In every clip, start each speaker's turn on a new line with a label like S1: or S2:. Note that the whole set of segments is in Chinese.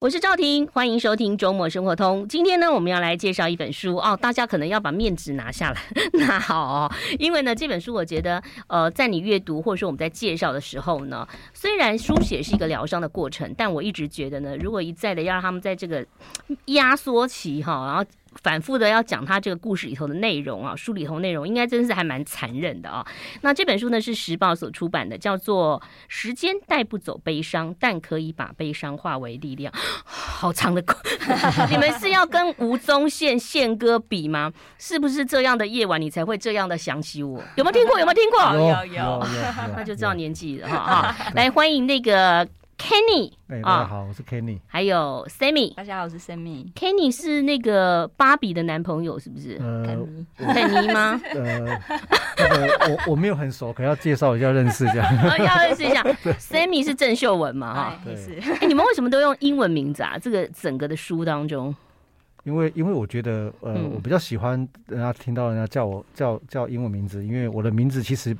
S1: 我是赵婷，欢迎收听周末生活通。今天呢，我们要来介绍一本书哦，大家可能要把面纸拿下来， 拿好哦，因为呢，这本书我觉得，呃，在你阅读或者说我们在介绍的时候呢，虽然书写是一个疗伤的过程，但我一直觉得呢，如果一再的要让他们在这个嗯压缩期哈、然后反复的要讲他这个故事里头的内容啊，书里头内容应该真是还蛮残忍的啊。那这本书呢是时报所出版的，叫做《时间带不走悲伤，但可以把悲伤化为力量》。 好长的歌， 你们是要跟吴宗宪宪哥比吗？是不是这样的夜晚你才会这样的想起我？有没有听过？有没有听过？
S2: 有
S3: 有有
S2: 有，
S1: 那
S2: 那
S1: 就知道年纪了哈哈。来欢迎那个 Kenny，
S2: 哎，
S1: 啊
S2: 大家好，我是 Kenny。
S1: 还有 Sammy。
S3: 大家好，我是 Sammy。
S1: Kenny 是那个芭比的男朋友，是不是？
S2: 呃
S3: 肯
S1: 肯尼 吗？
S2: 呃，那个我我没有很熟，可要介绍一下认识一下。
S1: 啊要认识一下，Sammy 是郑秀文嘛？
S2: 啊
S1: 哈
S3: 哎，，也是
S2: 哦
S1: 哎、你们为什么都用英文名字啊？这个整个的书当中，
S2: 因为因为我觉得呃，
S1: 嗯
S2: 我比较喜欢人家听到人家叫我叫叫英文名字，因为我的名字其实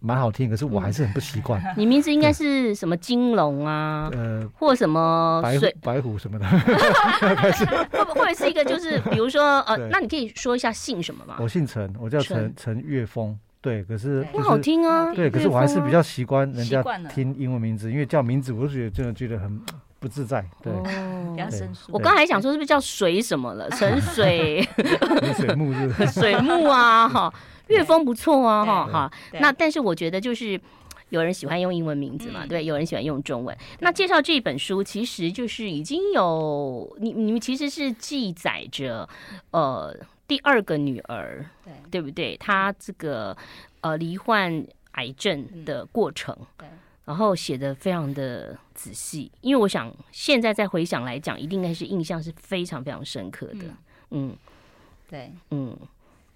S2: 蛮好听，可是我还是很不 习惯。
S1: 你名字应该是什么金龙啊，
S2: 呃，
S1: 或什么
S2: 白虎
S1: 水，
S2: 白虎什么的，
S1: 哦会不会是一个 就是比如说呃，
S2: 对
S1: 那你可以说一下姓什么吗？
S2: 我姓陈，我叫
S1: 陈
S2: 陈陈岳峰。对，可是
S3: 对
S2: 就
S1: 很好
S2: 是
S1: 听啊，
S2: 对，可是我还是比较习惯人
S3: 习
S2: 家
S3: 惯了
S2: 听英文名字，因为叫名字，我就觉得真的觉得很不自在。对，
S1: 哦
S3: 比较生疏。
S1: 我刚才想说是不是叫水什么 了？陈水、
S2: 流水木日。
S1: 水木啊，哈，乐风不错啊，哈，
S2: 对
S1: 哈。
S3: 对
S1: 那但是我觉得就是有人喜欢用英文名字嘛，
S3: 嗯
S1: 对，有人喜欢用中文。那介绍这本书，其实就是已经有你你们其实是记载着呃第二个女儿，
S3: 对
S1: 对不对？她这个呃罹患癌症的过程。
S3: 嗯对
S1: 然后写的非常的仔细，因为我想现在再回想来讲，一定应该是印象是非常非常深刻的
S3: 嗯。
S1: 嗯
S3: 对，
S1: 嗯，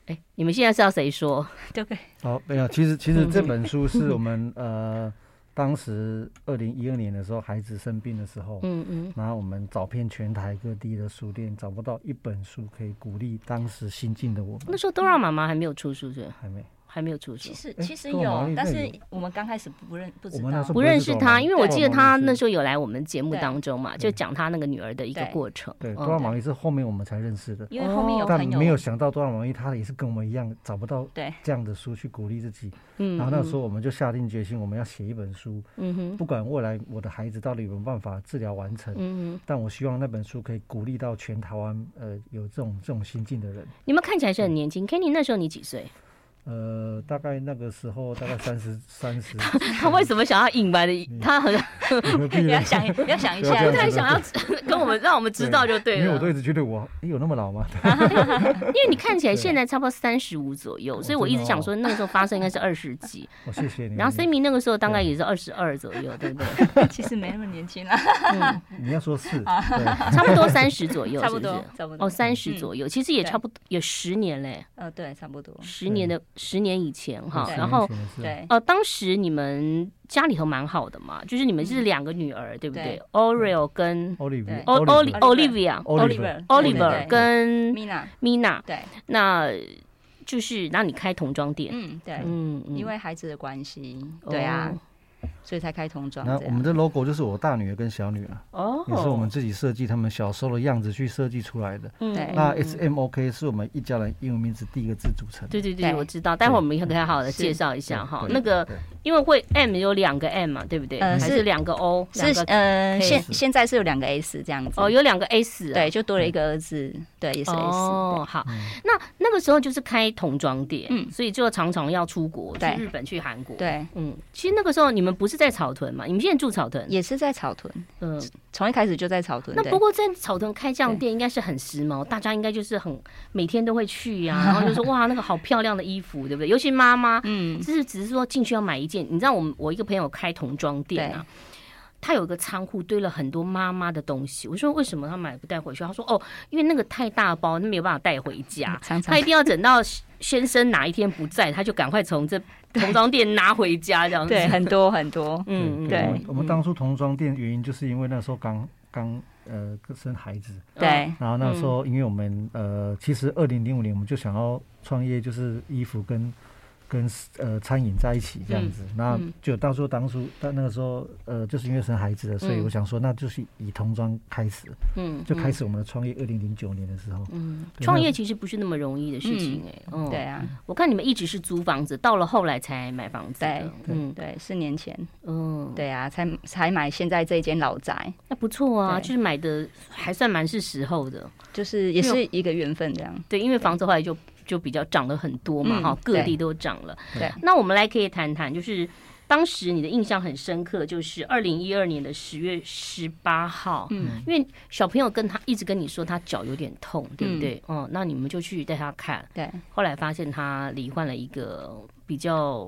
S1: 哎、你们现在是要谁
S2: 哦
S1: 说？
S3: 就可以
S2: 好，没有，其实其实
S1: 嗯
S2: 这本书是我们 呃，当时二零一二年的时候，孩子生病的时候，
S1: 嗯嗯，
S2: 然后我们找遍全台各地的书店，找不到一本书可以鼓励当时新进的我
S1: 那
S2: 们，
S1: 时候都让妈妈还没有出书是吧
S2: 还没，
S1: 还没有出书
S3: 其。实
S2: 哎
S3: 其实
S2: 跟我毛
S3: 有
S2: 利，
S3: 但
S2: 那
S3: 是
S2: 有
S3: 我们刚开始不认不知
S2: 我们那
S3: 道
S2: 时候。
S1: 不认识他，
S2: 不认识
S1: 因为我记得
S2: 对
S1: 他那时候有来我们节目
S3: 对
S1: 当中嘛，就讲他那个女儿的一个
S3: 对
S1: 过程。
S2: 嗯对，多
S1: 嗯
S2: 少毛利是后面我们才认识的，
S3: 因为后面有
S2: 哦但
S3: 朋友
S2: 没有想到多少毛利他也是跟我们一样找不到
S3: 对
S2: 这样的书去鼓励自己，
S1: 嗯，
S2: 然后那
S1: 嗯
S2: 时候我们就下定决心，我们要写一本书，
S1: 嗯哼，
S2: 不管未来我的孩子到底有没有办法治疗完成，
S1: 嗯
S2: 但我希望那本书可以鼓励到全台湾呃有这种这种心境的人。
S1: 哼，你们看起来是很年轻。Kenny 那时候你几岁？
S2: 呃，大概那个时候大概三十 三十，
S1: 他为什么想要隐瞒的？
S2: 嗯
S1: 他很
S2: 何必
S3: 不
S2: 呢
S3: 要？想不要想一
S2: 不要
S3: 下
S2: 这，样
S1: 太想要跟我们让我们知道就对
S2: 因为我都
S1: 了
S2: 一。直觉得我哎诶有那么老吗？
S1: 因为你看起来
S2: 对
S1: 现在差不多三十五左右，所以
S2: 哦
S1: 我一
S2: 真的
S1: 直想
S2: 哦
S1: 说那个时候发生应该是二十 几，
S2: 我、哦谢谢你。
S1: 然后
S2: 你
S1: Sammy 那个时候大概也是二十二左右，对不对？
S3: 其实没那么年轻啦，
S1: 嗯，
S2: 你要说是，对，
S1: 差不多三十左右，
S3: 差
S1: 是
S3: 不
S1: 不
S3: 多
S1: 是？
S3: 差不
S1: 哦，
S3: 多。
S1: 三十
S3: 嗯
S1: 左右，其实也
S3: 对
S1: 差不多，也十年嘞，
S3: 呃，对，差不多。
S1: 十年的十年以前哈。
S3: 对
S1: 然后
S2: 十年前的事啊，
S3: 对
S1: 呃，当时你们家里头蛮好的嘛，就是你们是
S3: 嗯
S1: 两个女儿，对不对
S3: 对
S1: ？Oriel 跟
S2: 奥利
S3: 对
S2: 维，
S1: O O
S3: Oliver
S1: Olivia
S2: Oliver
S1: Oliver
S2: 对
S1: 跟
S3: Mina，
S1: Mina，
S3: 对，
S1: 那就是那你开童装店，
S3: 嗯对，
S1: 嗯，嗯哦
S3: 因为孩子的关系，对啊，所以才开童装
S2: 那
S3: 这
S2: 我们
S3: 样。
S2: 的 logo 就是我大女儿跟小女儿，
S1: 哦，
S2: 也是我们自己设计他们小时候的样子去设计出来的。
S1: 嗯
S3: 对
S2: 那
S1: 嗯
S2: S M O K 是我们一家人英文名字第一个字组成的。
S1: 对对对，
S3: 对
S1: 我知道，待会儿我们也可以好好的介绍一
S2: 对
S1: 下哈。
S2: 对
S1: 那个
S2: 对
S1: 因为会 M 有两个 M 嘛，对不对？
S3: 呃
S1: 还
S3: 是
S1: 是两个 O，两
S3: 是
S1: 个
S3: 呃，
S1: K
S3: 现现在是有两个 S 这样子，
S1: 哦，有两个 S 啊。
S3: 对，就多了一个儿子，对，也是 S，
S1: 哦，好，
S2: 嗯
S1: 那那个时候就是开童装店，
S3: 嗯
S1: 所以就常常要出国，去
S3: 对
S1: 日本、去韩国。
S3: 对，对，
S1: 嗯，其实那个时候你们不是在草屯嘛？你们现在住草屯？
S3: 也是在草屯，
S1: 嗯，
S3: 从一开始就在草屯。
S1: 那
S3: 对
S1: 不过在草屯开这样的店应该是很时髦，大家应该就是很每天都会去 呀、然后就说哇，那个好漂亮的衣服，对不对？尤其妈妈，
S3: 嗯，
S1: 就是只是说进去要买一件。你知道我们我一个朋友开童装店啊。他有一个仓库堆了很多妈妈的东西，我说为什么他买不带回去？他说哦，因为那个太大包，那没有办法带回家，
S3: 嗯常常
S1: 他一定要等到先生哪一天不在，他就赶快从这童装店拿回家这样子。
S3: 对， 很多很多，
S1: 嗯，嗯
S2: 对，
S3: 对
S2: 我们我们当初童装店原因就是因为那时候刚刚呃生孩子，
S3: 对，
S2: 然后那时
S1: 嗯
S2: 候因为我们呃其实二零零五年我们就想要创业，就是衣服跟跟呃餐饮在一起这样子。
S1: 嗯
S2: 那就当初当初但那个时候呃，就是因为生孩子了，所以
S1: 嗯
S2: 我想说，那就是以童装开始，
S1: 嗯，
S2: 就开
S1: 嗯。
S2: 始我们的创业。二零零九年的时候，
S1: 嗯，
S2: 对
S1: 创
S2: 那
S1: 业其实不是那么容易的事情哎、嗯，
S3: 对，啊，
S1: 我看你们一直是租房子，到了后来才买房子的。
S2: 对
S1: 嗯
S3: 对，四年前，
S1: 嗯，
S3: 对啊，才才买现在这间老宅，
S1: 那不错啊，
S3: 对
S1: 就是买的还算蛮是时候的。
S3: 就是也是一个缘分这样。
S1: 对，因为房子后来就就比较涨了很多嘛，
S3: 嗯
S1: 哈、各
S3: 对
S1: 地都涨了。
S3: 对
S1: 那我们来可以谈谈，就是当时你的印象很深刻，就是二零一二年的十月十八号。
S3: 嗯，
S1: 因为小朋友跟他一直跟你说他脚有点痛，对不对？哦、那你们就去带他看，
S3: 对
S1: 后来发现他罹患了一个比较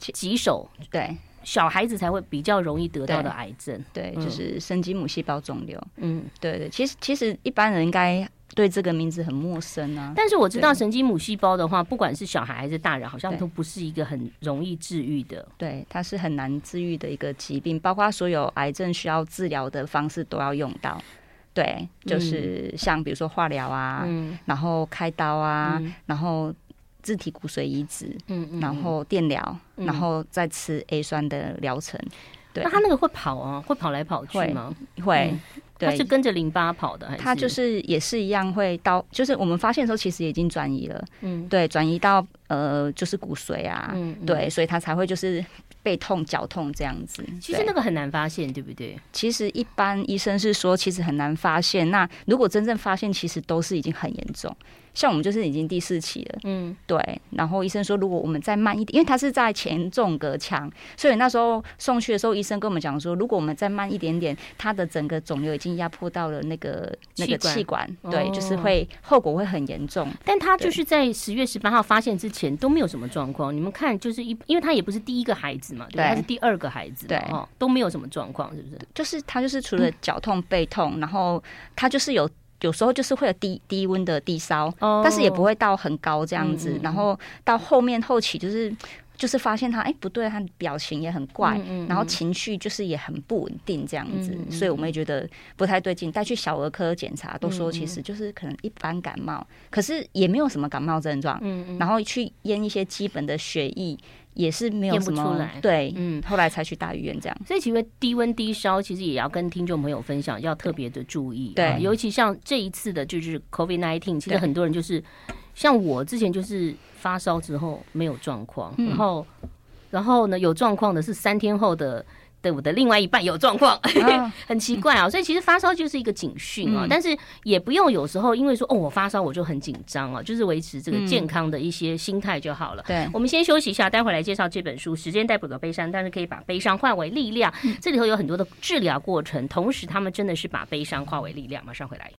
S1: 棘手，
S3: 对
S1: 小孩子才会比较容易得到的
S3: 对
S1: 癌症。
S3: 对，
S1: 嗯
S3: 就是生肌母细胞肿瘤。
S1: 嗯，
S3: 对对，其实其实一般人应该对这个名字很陌生啊。
S1: 但是我知道
S3: 对
S1: 神经母细胞的话，不管是小孩还是大人，好像
S3: 对
S1: 都不是一个很容易治愈的。
S3: 对，它是很难治愈的一个疾病，包括所有癌症需要治疗的方式都要用到。对，就是像比如说化疗啊，
S1: 嗯
S3: 然后开刀啊，
S1: 嗯
S3: 然后自体骨髓移植，
S1: 嗯嗯
S3: 然后电疗，
S1: 嗯
S3: 然后再吃 A 酸的疗程。对
S1: 那，他那个会跑啊，会跑来跑去
S3: 会
S1: 吗？
S3: 会，
S1: 他
S3: 对
S1: 是，跟着淋巴跑的，还是
S3: 它就是也是一样会到，就是我们发现的时候其实已经转移了，
S1: 嗯
S3: 对，转移到呃就是骨髓啊，
S1: 嗯嗯
S3: 对，所以它才会就是背痛、绞痛这样子。
S1: 其实
S3: 对
S1: 那个很难发现，对不对？
S3: 其实一般医生是说，其实很难发现。那如果真正发现，其实都是已经很严重。像我们就是已经第四期了，
S1: 嗯
S3: 对。然后医生说，如果我们再慢一点，因为他是在前纵隔腔，所以那时候送去的时候，医生跟我们讲说，如果我们再慢一点点，他的整个肿瘤已经压迫到了那个那个
S1: 气
S3: 气管，对，
S1: 哦
S3: 就是会后果会很严重。
S1: 但他就是在十月十八号发现之前都没有什么状况。你们看，就是一，因为他也不是第一个孩子嘛，对吧，
S3: 对
S1: 他是第二个孩子嘛，
S3: 对
S1: 哦，都没有什么状况，是不是？
S3: 就是他就是除
S1: 嗯
S3: 了绞痛、背痛，然后他就是有有时候就是会有低低温的低烧，
S1: 哦
S3: 但是也不会到很高这样子。
S1: 嗯嗯嗯
S3: 然后到后面后期就是就是发现他哎、不对，他表情也很怪，
S1: 嗯嗯
S3: 然后
S1: 嗯
S3: 情绪就是也很不稳定这样子，
S1: 嗯嗯嗯
S3: 所以我们也觉得不太对劲。带去小儿科检查，都
S1: 嗯嗯
S3: 说其实就是可能一般感冒，可是也没有什么感冒症状。
S1: 嗯嗯
S3: 然后去验一些基本的血液，也是没有
S1: 验不
S3: 什
S1: 出
S3: 么
S1: 来
S3: 对，
S1: 嗯。
S3: 后来才去大医院 这样。
S1: 所以，其实低温低烧其实也要跟听众朋友分享，要特别的注意。
S3: 对
S1: 啊尤其像这一次的就是 COVID nineteen，其实
S3: 对
S1: 很多人就是像我之前就是发烧之后没有状况，
S3: 嗯
S1: 然后然后呢有状况的是三天后的。对我的另外一半有状况，
S3: 啊
S1: 很奇怪啊，所以其实发烧就是一个警讯啊，
S3: 嗯
S1: 但是也不用有时候因为说哦我发烧我就很紧张啊，就是维持这个
S3: 嗯
S1: 健康的一些心态就好了。
S3: 对，
S1: 我们先休息一下，待会儿来介绍这本书《时间逮捕的悲伤》，但是可以把悲伤化为力量。这里头有很多的治疗过程，同时他们真的是把悲伤化为力量。马上回来。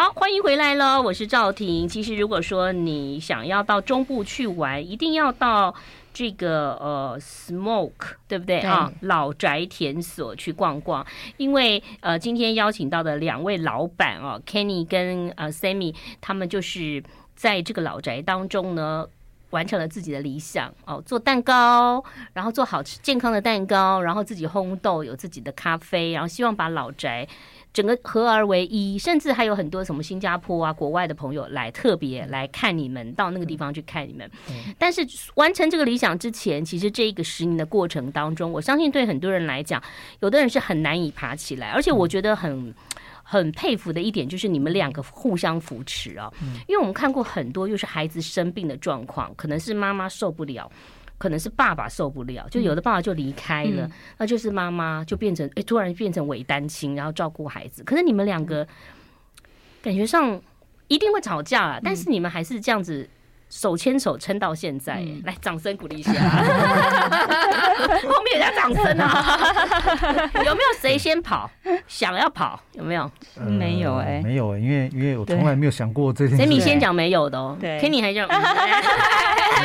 S1: 好，欢迎回来喽！我是赵婷。其实，如果说你想要到中部去玩，一定要到这个呃 Smoke，对不对
S3: 对
S1: 啊？老宅田所去逛逛，因为呃，今天邀请到的两位老板哦，Kenny 跟呃 Sammy，他们就是在这个老宅当中呢。完成了自己的理想哦，做蛋糕，然后做好吃健康的蛋糕，然后自己烘豆，有自己的咖啡，然后希望把老宅整个合而为一，甚至还有很多什么新加坡啊、国外的朋友来特别来看你们，到那个地方去看你们。但是完成这个理想之前，其实这一个十年的过程当中，我相信对很多人来讲，有的人是很难以爬起来，而且我觉得很。很佩服的一点就是你们两个互相扶持啊，因为我们看过很多就是孩子生病的状况，可能是妈妈受不了，可能是爸爸受不了，就有的爸爸就离开了，
S3: 嗯
S1: 那就是妈妈就变成哎、诶突然变成伪单亲，然后照顾孩子。可是你们两个感觉上一定会吵架啊，但是你们还是这样子手牵手撑到现在耶，
S3: 嗯
S1: 来掌声鼓励一下， 后面有要掌声啊！ 有没有谁先跑？想要跑有没有？
S2: 呃
S3: 没有欸
S2: 没有哎，因为因为我
S3: 对
S2: 从来没有想过这件事
S1: 谁
S2: 情。
S1: 你先讲没有的哦，
S3: 对
S1: Kenny 还这样，嗯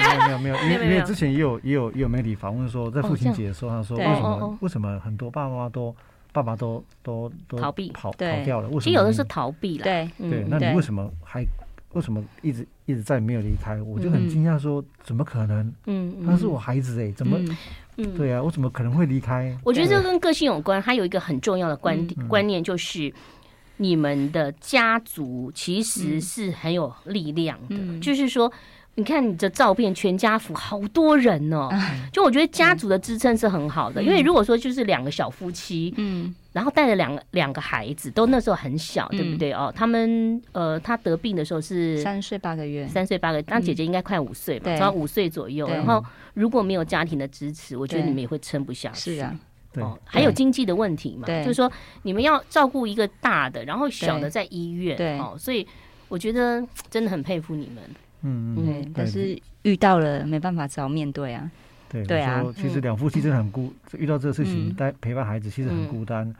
S2: 没有没有没有，因
S1: 没有没有
S2: 为因为之前也有也有也有媒体访问说，在父
S1: 哦这
S2: 亲
S1: 样
S2: 节的时候，他说为
S3: 对
S2: 什
S1: 哦哦哦
S2: 么为什么很多爸爸妈妈都爸爸都都都
S1: 逃避
S2: 跑
S3: 对
S2: 跑掉了？为
S1: 其实
S2: 什么
S1: 有的
S2: 你
S1: 是逃避了，
S3: 对，
S1: 嗯
S2: 对，那你
S3: 对
S2: 为什么还为什么一直一直在没有离开？我就
S3: 嗯
S2: 很惊讶说，怎么可能？
S1: 嗯嗯
S2: 他是我孩子哎，怎么
S3: 嗯
S1: 嗯
S2: 对啊？我怎么可能会离开？
S1: 我觉得这个跟个性有关，它有一个很重要的观点、
S2: 嗯
S1: 观念，就是你们的家族其
S3: 嗯
S1: 实是很有力量的，就是说。你看你的照片，全家福好多人哦、
S3: 嗯
S1: 就我觉得家族的支撑是很好的，因为如果说就是两个小夫妻，
S3: 嗯
S1: 然后带了两个两个孩子，都那时候很小，对不
S3: 嗯
S1: 对哦？他们呃，他得病的时候是
S3: 三岁八个月，
S1: 三岁八个，当姐姐应该快五岁嘛，
S3: 对
S1: 差不多五岁左右。
S3: 对
S1: 然后如果没有家庭的支持，我觉得
S3: 对
S1: 你们也会撑不下去。
S3: 是啊，
S2: 对，
S1: 哦，还有经济的问题嘛，
S3: 对
S1: 就是说你们要照顾一个大的，然后小的在医院，
S3: 对
S1: 哦，所以我觉得嘖真的很佩服你们。
S2: 嗯嗯，
S3: 对
S1: 嗯，
S3: 但是遇到了没办法，只好面对啊，
S2: 对，
S3: 对
S2: 我
S3: 啊
S1: 嗯
S2: 说其实两夫妻真的很孤，遇到这个事情
S3: 嗯
S2: 带陪伴孩子其实很
S1: 嗯
S2: 孤单，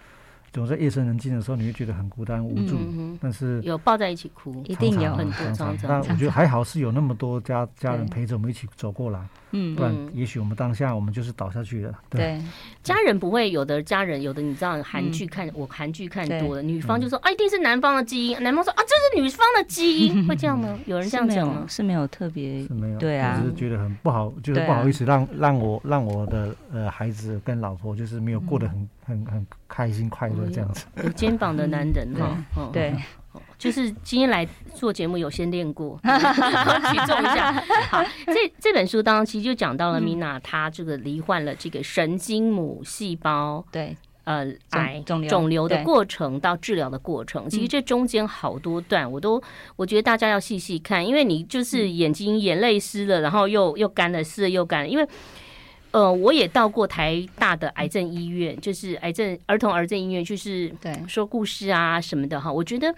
S2: 总在夜深人静的时候你会觉得很孤单无助，
S1: 嗯
S2: 但是
S1: 哼，有抱在一起哭，
S3: 一定有
S1: 很多
S2: 常
S1: 常
S2: 常，
S1: 常
S2: 但我觉得还好是有那么多家家人
S3: 对
S2: 陪着我们一起走过来，
S3: 嗯
S2: 不，然
S1: 嗯
S2: 也许我们当下我们就是倒下去了。，
S3: 对，
S1: 家人不会有的家人有的，你知道韩剧看、我韩剧看多了，女方就说啊，一定是男方的基因，男方说啊，这是女方的基因，会这样吗？有人这样
S3: 是没
S1: 讲
S3: 有
S1: 吗？
S3: 是没有特别
S2: 是没有，
S3: 对啊
S2: 我只是觉得很不好，就是
S3: 对啊
S2: 不好意思让让我让我的呃孩子跟老婆就是没有过得
S3: 嗯
S2: 很很很开心快乐这样子。
S1: 有肩膀的男人哈，哦
S3: 对，
S1: 就是今天来做节目有先练 过，去重一下。好，这这本书当中其实就讲到了
S3: 嗯
S1: 米娜，她这个罹患了这个神经母细胞
S3: 对
S1: 呃
S3: 肿
S1: 癌
S3: 哎肿瘤
S1: 肿瘤的
S3: 对嗯
S1: 过程到治疗的过程，其实这中间好多段，我都我觉得大家要细细看，因为你就是眼睛眼泪湿了，然后又又干了，湿了又干了，因为。呃，我也到过台大的癌症医院，就是癌症儿童癌症医院，就是
S3: 对
S1: 说故事啊什么的哈，我觉得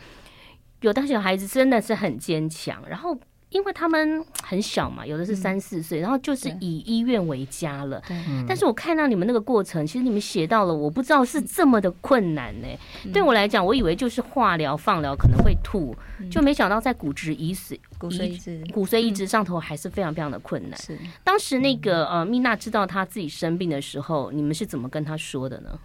S1: 有的小孩子真的是很坚强，然后因为他们很小嘛，有的是三四岁，然后就是
S3: 对
S1: 以医院为家了。
S3: 嗯对，
S1: 但是我看到你们那个过程，其实你们写到了，我不知道是这么的困难呢、
S3: 嗯
S1: 对我来讲，我以为就是化疗、放疗可能会吐，
S3: 嗯
S1: 就没想到在骨质移髓、
S3: 骨髓移植
S1: 骨髓移植上头还是非常非常的困难。
S3: 是。
S1: 当时那个
S3: 嗯
S1: 呃，蜜娜知道她自己生病的时候，你们是怎么跟她说的呢？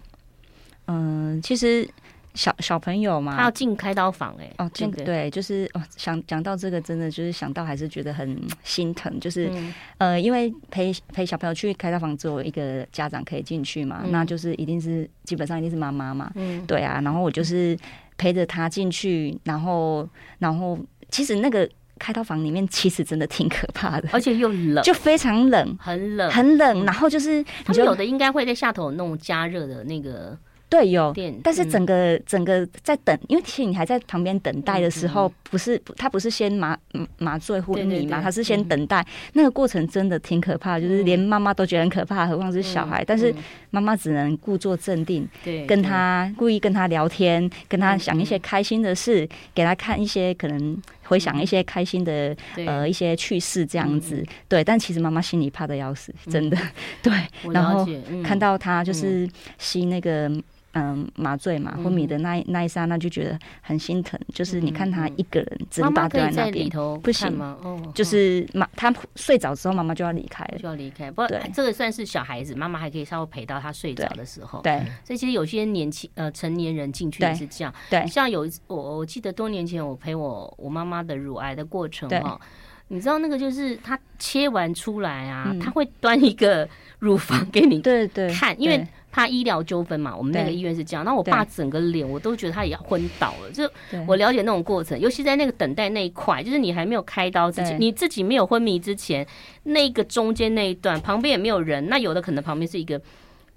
S3: 嗯，其实小小朋友
S1: 她要
S3: 嘛，
S1: 进开刀房哎、
S3: 啊哦，
S1: 对
S3: 这
S1: 不
S3: 个
S1: 对？
S3: 对， 就是哦，想讲到这个，真的就是想到还是觉得很心疼，就是、
S1: 嗯
S3: 呃，因为陪陪小朋友去开刀房，只有一个家长可以进去嘛，
S1: 嗯
S3: 那就是一定是基本上一定是妈妈嘛，
S1: 嗯
S3: 对啊，然后我就是陪着他进去，然后然后其实那个开刀房里面其实真的挺可怕的，
S1: 而且又冷，
S3: 就非常冷。
S1: 很冷。
S3: 很冷，然后就是
S1: 嗯他们
S3: 你就
S1: 有的应该会在下头弄加热的那个
S3: 对有
S1: 电，
S3: 但是
S1: 嗯
S3: 整个、整个在等，因为其实你还在旁边等待的时候，
S1: 嗯嗯
S3: 不是他不是先麻嗯麻醉昏
S1: 对
S3: 迷
S1: 对对嗯
S3: 嘛，他是先等待，那个过程真的挺可怕，就是连妈妈都觉得很可怕，何况是小孩。
S1: 嗯
S3: 但是
S1: 嗯
S3: 妈妈只能故作镇定，
S1: 对
S3: 跟
S1: 对嗯
S3: 他故意跟他聊天，跟他想一些开心的事，给他看一些可能回想一些开心的
S1: 嗯对
S3: 呃一些趣事这样子。
S1: 嗯
S3: 对，但其实妈妈心里怕的要死，真的、对。
S1: 我
S3: 然
S1: 了
S3: 后
S1: 解嗯
S3: 看到他就是吸那个嗯麻醉嘛
S1: 嗯
S3: 昏迷的那一那一刹那，就觉得很心疼。就是你看他一个人
S1: 妈嗯
S3: 整
S1: 妈
S3: 把
S1: 可
S3: 丢在
S1: 以在
S3: 那
S1: 里
S3: 边，
S1: 头
S3: 不行
S1: 看吗？哦，
S3: 就
S1: 哦
S3: 是妈他睡着之后，妈妈就要离开
S1: 就要
S3: 了。
S1: 离开，不过啊
S3: 对
S1: 这个算是小孩子，妈妈还可以稍微陪到他睡着的时候。
S3: 对
S1: 所以其实有些年轻呃成年人进去也
S3: 对
S1: 是这样，
S3: 对
S1: 像有一次我我记得多年前我陪我我妈妈的乳癌的过程
S3: 对
S1: 哈，你知道那个就是她切完出来啊，
S3: 嗯
S1: 她会端一个乳房给你
S3: 对对，
S1: 看，因为
S3: 对
S1: 怕医疗纠纷嘛，我们那个
S3: 对
S1: 医院是这样。那我爸
S3: 对嗯
S1: 整个脸，我都觉得他也要昏倒了。就
S3: 对
S1: 我了解那种过程，尤其在那个等待那一块，就是你还没有开刀之前，
S3: 对
S1: 你自己没有昏迷之前，那个中间那一段，旁边也没有人。那有的可能旁边是一个，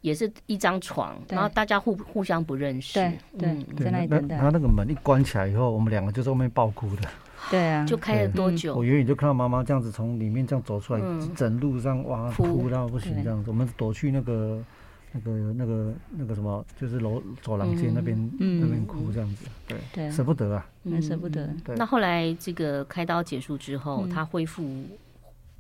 S1: 也是一张床，
S3: 对
S1: 然后大家互互相不认识，
S3: 对对
S1: 嗯，
S3: 在那里
S2: 那
S3: 等待
S2: 然。后那个门一关起来以后，我们两个就在外面爆哭的。
S3: 对啊，
S1: 嗯就开了多
S2: 我
S1: 久？
S2: 远远就看到妈妈这样子从里面这样走出来，
S1: 嗯
S2: 整路上哇
S1: 哭
S2: 哭到不行
S3: 对
S2: 这样子。我们躲去那个那个那个那个什么，就是楼走廊间那边、
S3: 嗯
S2: 那边哭这样子，对，
S3: 对啊，
S2: 舍不得啊。
S1: 嗯
S3: 很舍不得。
S2: 对
S1: 那后来这个开刀结束之后，
S3: 嗯
S1: 他恢复，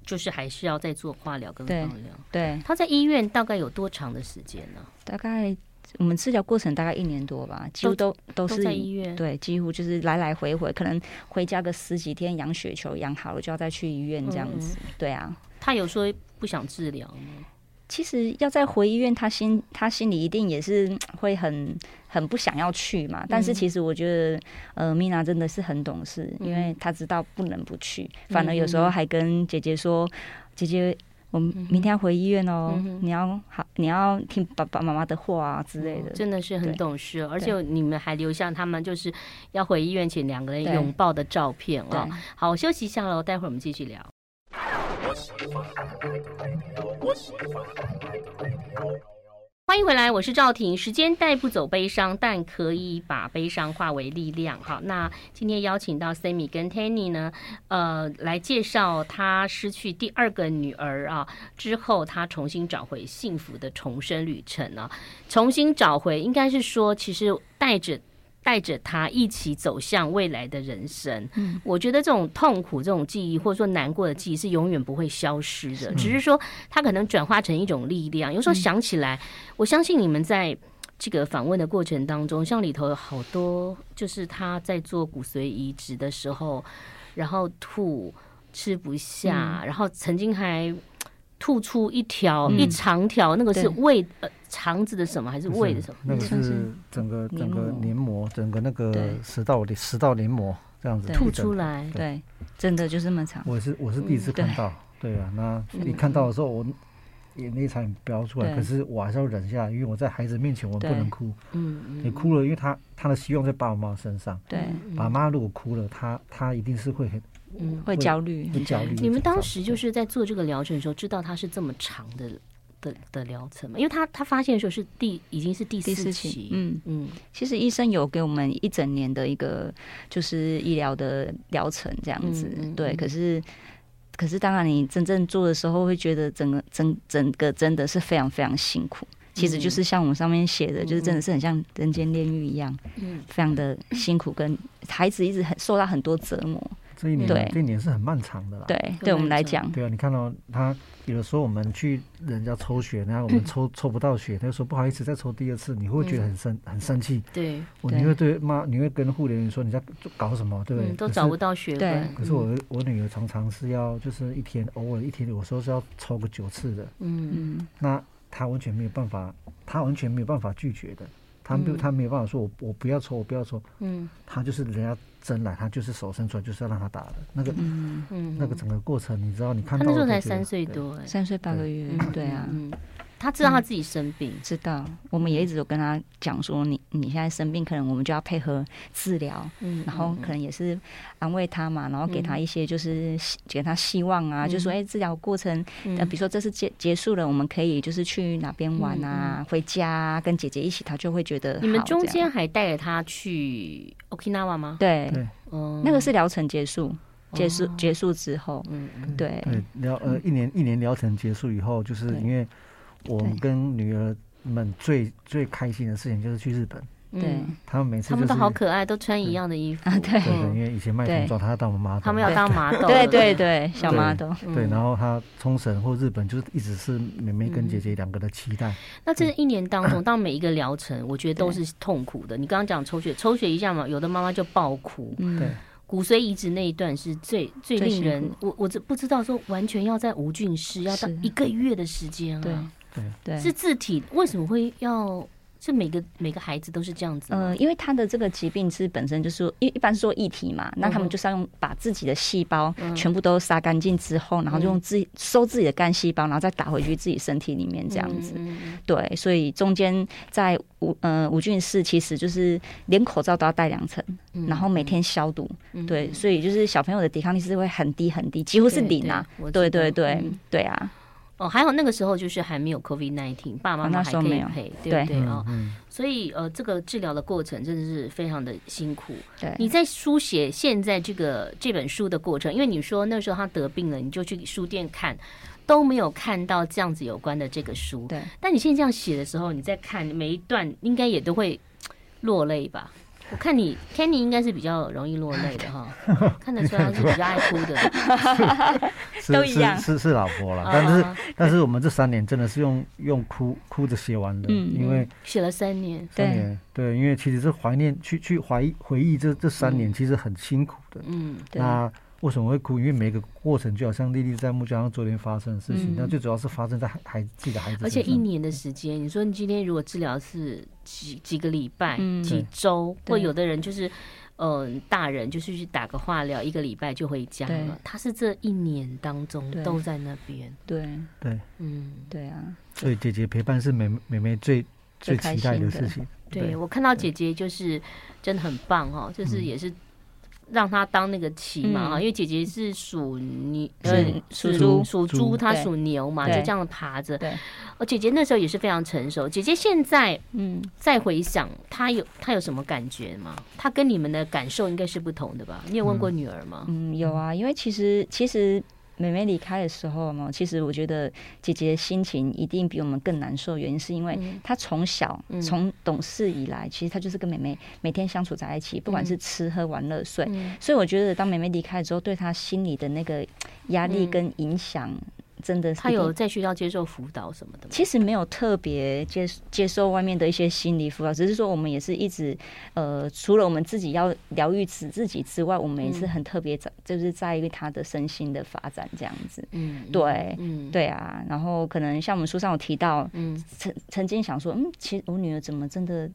S1: 就是还是要再做化疗跟放
S3: 对
S1: 疗。
S3: 对，
S1: 他在医院大概有多长的时间呢？
S3: 大概我们治疗过程大概一年多吧，几乎都
S1: 都
S3: 都是
S1: 在
S3: 以
S1: 医院。
S3: 对，几乎就是来来回回，可能回家个十几天，养雪球养好了就要再去医院这样
S1: 嗯
S3: 子。对啊，
S1: 他有说不想治疗吗？
S3: 其实要再回医院，他心他心里一定也是嗯会很很不想要去嘛。但是
S1: 嗯
S3: 其实我觉得，呃，米娜真的是很懂
S1: 嗯
S3: 事，因为她知道不能不去，反而有时候还跟姐姐说，姐姐。我们明天要回医院哦，
S1: 嗯嗯哼
S3: 你要好，你要听爸爸妈妈的话啊之类的。
S1: 真的是很
S3: 对
S1: 懂事哦，而且你们还留下他们就是要回医院前两个人
S3: 对
S1: 拥抱的照片
S3: 对
S1: 哦。好，我休息一下喽，待会儿我们继续聊。欢迎回来，我是赵婷。时间带不走悲伤，但可以把悲伤化为力量。好，那今天邀请到 Sammy 跟 Tanny 呢，呃，来介绍他失去第二个女儿啊之后，他重新找回幸福的重生旅程啊。重新找回，应该是说，其实带着带着他一起走向未来的人生。
S3: 嗯
S1: 我觉得这种痛苦、这种记忆，或者说难过的记忆，是永远不会消失的，只是说它可能转化成一种力量。有时候想起来，我相信你们在。这个访问的过程当中，像里头有好多，就是他在做骨髓移植的时候，然后吐吃不下，然后曾经还吐出一条、
S2: 嗯
S1: 一长条，那个是
S3: 对
S1: 胃呃肠子的什么还是
S2: 就是
S1: 胃的什么？
S2: 那个
S3: 算
S2: 是
S3: 是
S2: 整个
S3: 黏
S2: 整个
S3: 膜
S2: 黏膜，整个那个
S3: 对
S2: 食道黏食道黏膜这样子
S3: 对
S1: 吐
S2: 一整
S1: 出
S2: 个。
S1: 来，
S3: 对，真的就是那么长。
S2: 我是我是第一次
S3: 嗯对
S2: 看到，对啊，那
S1: 嗯
S2: 你看到的时候，我眼泪差点飙出来，
S3: 对
S2: 可是我还是要忍下来，因为我在孩子面前我不
S3: 对
S2: 能哭，
S1: 嗯
S2: 你哭了，因为他他的希望在爸爸妈妈身上，
S3: 对，
S2: 爸妈如果哭了，他他一定是会很
S1: 嗯。
S3: 会焦虑。
S2: 会焦虑。
S1: 你们当时就是在做这个疗程的时候，知道它是这么长的的的疗程吗？因为他他发现的时候是第已经是第
S3: 第
S1: 四
S3: 四
S1: 期
S3: 期，，嗯，
S1: 嗯
S3: 其实医生有给我们一整年的一个就是医疗的疗程这样子，
S1: 嗯嗯
S3: 对。
S1: 嗯
S3: 可是，可是当然你真正做的时候，会觉得整个整整个真的是非常非常辛苦。其实就是像我们上面写的，
S1: 嗯
S3: 就是真的是很像人间炼狱一样，
S1: 嗯
S3: 非常的辛苦，跟孩子一直很受到很多折磨。
S2: 这一年
S3: 对
S2: 这一年是很漫长的啦。
S3: 对，
S1: 很
S3: 对我们
S1: 难
S3: 来
S1: 讲
S3: 讲，
S2: 对啊，你看到、他有的时候我们去人家抽血，然后我们抽、抽不到血，他就说不好意思再抽第二次，你会不会觉得很生、很生气，
S1: 嗯对，
S2: 我
S3: 对
S2: 你会对妈，你会跟护理人员说你在搞什么，对不对？
S1: 嗯都
S2: 可是
S1: 找不到血
S3: 对
S1: 管，
S2: 可是我我女儿常常是要就是一天偶尔一天有时候是要抽个九次的，
S1: 嗯
S3: 嗯，
S2: 那她完全没有办法，她完全没有办法拒绝的，她没
S1: 嗯
S2: 有她没有办法说我我不要抽我不要抽，
S1: 嗯
S2: 她就是人家真来，她就是手伸出来就是要让她打的那个
S3: 嗯，
S1: 嗯，
S2: 那个整个过程，你知道你看
S1: 他
S2: 到
S1: 那时候才
S2: 了就觉得
S1: 三岁
S2: 对
S1: 多，哎，
S3: 三岁八个月，对啊，
S1: 嗯，嗯他知道他自己生病，
S3: 知道。我们也一直有跟他讲说，你你现在生病，可能我们就要配合治疗，
S1: 嗯，
S3: 然后可能也是安慰他嘛，然后给他一些就是希给他希望啊，
S1: 嗯
S3: 就说哎，治疗过程，
S1: 嗯嗯
S3: 呃，比如说这次结结束了，我们可以就是去哪边玩啊，回家啊跟姐姐一起，他就会觉得
S1: 你们
S3: 好
S1: 中
S3: 这
S1: 间
S3: 样
S1: 还带着他去 Okinawa 吗？
S3: 对
S2: 对
S1: 嗯，
S3: 那个是疗程结束，结束
S1: 哦
S3: 结束之后，
S1: 嗯嗯
S3: 对
S2: 对疗呃一年一年疗程结束以后，就是
S3: 对
S2: 因为我们
S3: 对
S2: 跟女儿们最最开心的事情就是去日本，
S3: 对
S1: 嗯
S2: 他们每次
S1: 他
S2: 就
S1: 们
S2: 是
S1: 都好可爱，都穿一样的衣服。
S3: 啊对
S2: 对对，因
S1: 嗯
S2: 为以前卖童装，她要当我妈，
S1: 他们要当麻豆。嗯
S3: 对对对，小
S2: 对
S3: 妈都
S2: 对，然
S1: 后
S2: 后她冲绳或日本就是一直是妹妹跟姐姐两个的期待，
S1: 那这
S3: 嗯
S1: 一年当中，当每一个疗程，我觉得都是痛苦的。你刚刚讲抽血，抽血一下嘛，有的妈妈就爆哭。
S3: 嗯
S2: 对
S1: 骨髓移植那一段是最最
S3: 最
S1: 令
S3: 辛
S1: 人
S3: 苦，
S1: 我我这不知道说完全要在无菌室，要到
S3: 是
S1: 一个月的时间
S3: 对
S1: 啊。
S2: 对
S3: 对
S1: 是自体为什么会要？是每个每个孩子都是这样子吗？
S3: 呃，因为他的这个疾病是本身就是一一般是说异体嘛，那
S1: 嗯
S3: 他
S1: 哼
S3: 们就是要用把自己的细胞
S1: 嗯
S3: 全部都杀干净之后，然后就用自己收自己的干细胞，然后再打回去自己身体里面这样子。
S1: 嗯，嗯
S3: 对，所以中间在无呃无菌室其实就是连口罩都要戴两层，
S1: 嗯
S3: 然后每天消毒。
S1: 嗯
S3: 对，所以就是小朋友的抵抗力是会很低很低，几乎是零啊。
S1: 对对我
S3: 对
S1: 知道
S3: 对对
S1: 嗯
S3: 对啊，
S1: 哦，还有那个时候就是还没有 COVID nineteen，爸爸妈
S3: 哦
S1: 妈
S3: 那
S1: 还
S3: 时候
S1: 可以
S3: 没有
S1: 陪，对
S3: 对
S1: 不对
S2: 嗯
S1: 哦？
S2: 嗯，
S1: 所以呃，这个治疗的过程真的是非常的辛苦。你
S3: 对
S1: 在书写现在这个这本书的过程，因为你说那时候他得病了，你就去书店看，都没有看到这样子有关的这个书。
S3: 对。
S1: 但你现在这样写的时候，你在看每一段，应该也都会嘖落泪吧？我看你 Kenny 应该是比较容易落 泪的哈，看得出来他是比较爱哭的。
S2: 是
S3: 都一样
S2: 是是是老婆了，
S1: 啊
S2: 但是但是我们这三年真的是用用哭哭着写完的，
S3: 嗯
S2: 因为
S1: 写了三年，
S3: 对
S2: 三年对，因为其实是怀念去去怀忆回忆这这三年
S1: 嗯
S2: 其实很辛苦的，
S1: 嗯
S3: 对
S2: 那为什么会哭？因为每个过程就好像历历在目，就好像昨天发生的事情
S3: 嗯。
S2: 那、最主要是发生在孩孩自己的孩子
S1: 而且
S2: 身上。
S1: 一年的时间，你说你今天如果治疗是几几个礼拜、
S3: 嗯
S1: 几周，或
S3: 对
S1: 有的人就是呃大人就是去打个化疗，一个礼拜就回家
S3: 对
S1: 了。他是这一年当中
S3: 对
S1: 都在那边，
S3: 对
S2: 对，
S1: 嗯，
S3: 对啊，
S2: 所以姐姐陪伴是妹妹妹最最
S3: 最开
S2: 期待
S3: 心
S2: 的
S3: 的
S2: 事情。
S1: 对，我看到姐姐就是真的很棒哦，就是
S2: 嗯
S1: 也是让她当那个骑马哈，
S3: 嗯
S1: 因为姐姐是属牛，
S3: 嗯
S1: 属
S3: 属猪
S1: 属猪，
S2: 猪
S1: 她
S3: 对
S1: 属牛嘛，就
S3: 对
S1: 这样爬着。
S3: 对，
S1: 哦，姐姐那时候也是非常成熟。姐姐现在
S3: 嗯，
S1: 再回想，她有她有什么感觉吗？她跟你们的感受应该是不同的吧？你有问过女儿吗？
S3: 嗯，有啊，因为其实其实妹妹离开的时候嘛，其实我觉得姐姐心情一定比我们更难受，原因是因为
S1: 嗯
S3: 她从小
S1: 嗯
S3: 从懂事以来，其实她就是跟妹妹每天相处在一起，不管是吃喝玩乐睡，
S1: 嗯
S3: 所以我觉得当妹妹离开之后，对她心里的那个压力
S1: 嗯
S3: 跟影响，真的是
S1: 她
S3: 一定
S1: 有在学校接受辅导什么的吗？
S3: 其实没有特别接接受外面的一些心理辅导，只是说我们也是一直呃，除了我们自己要疗愈自自己之外，我们也是
S1: 嗯
S3: 很特别在，就是在于他的身心的发展这样子。
S1: 嗯，
S3: 对
S1: 嗯，
S3: 对啊，然后可能像我们书上有提到，
S1: 嗯，
S3: 曾曾经想说，嗯，其实我女儿怎么真的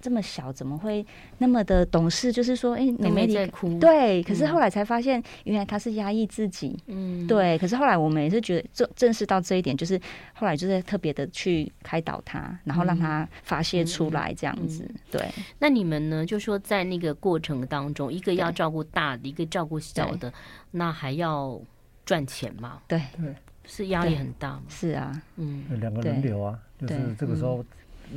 S3: 这么小，怎么会那么的懂事？就是说，哎、
S1: 妹
S3: 妹妹
S1: 妹
S3: 离
S1: 在
S3: 开
S1: 哭，，
S3: 对，可是
S1: 嗯
S3: 后来才发现，原来她是压抑自己，
S1: 嗯，
S3: 对，可是后来我们也是觉得正正视到这一点，就是后来就是特别的去开导他，然后让
S1: 嗯
S3: 他发泄出来这样子。对，
S1: 那你们呢？就说在那个过程当中，一个要照顾大的，一个照顾小的，那还要赚钱嘛？
S3: 对
S2: 对，
S1: 是压力很大吗？
S3: 是啊，
S1: 嗯
S2: 有两个
S3: 对
S2: 轮流啊，就
S3: 对
S2: 是这个时候，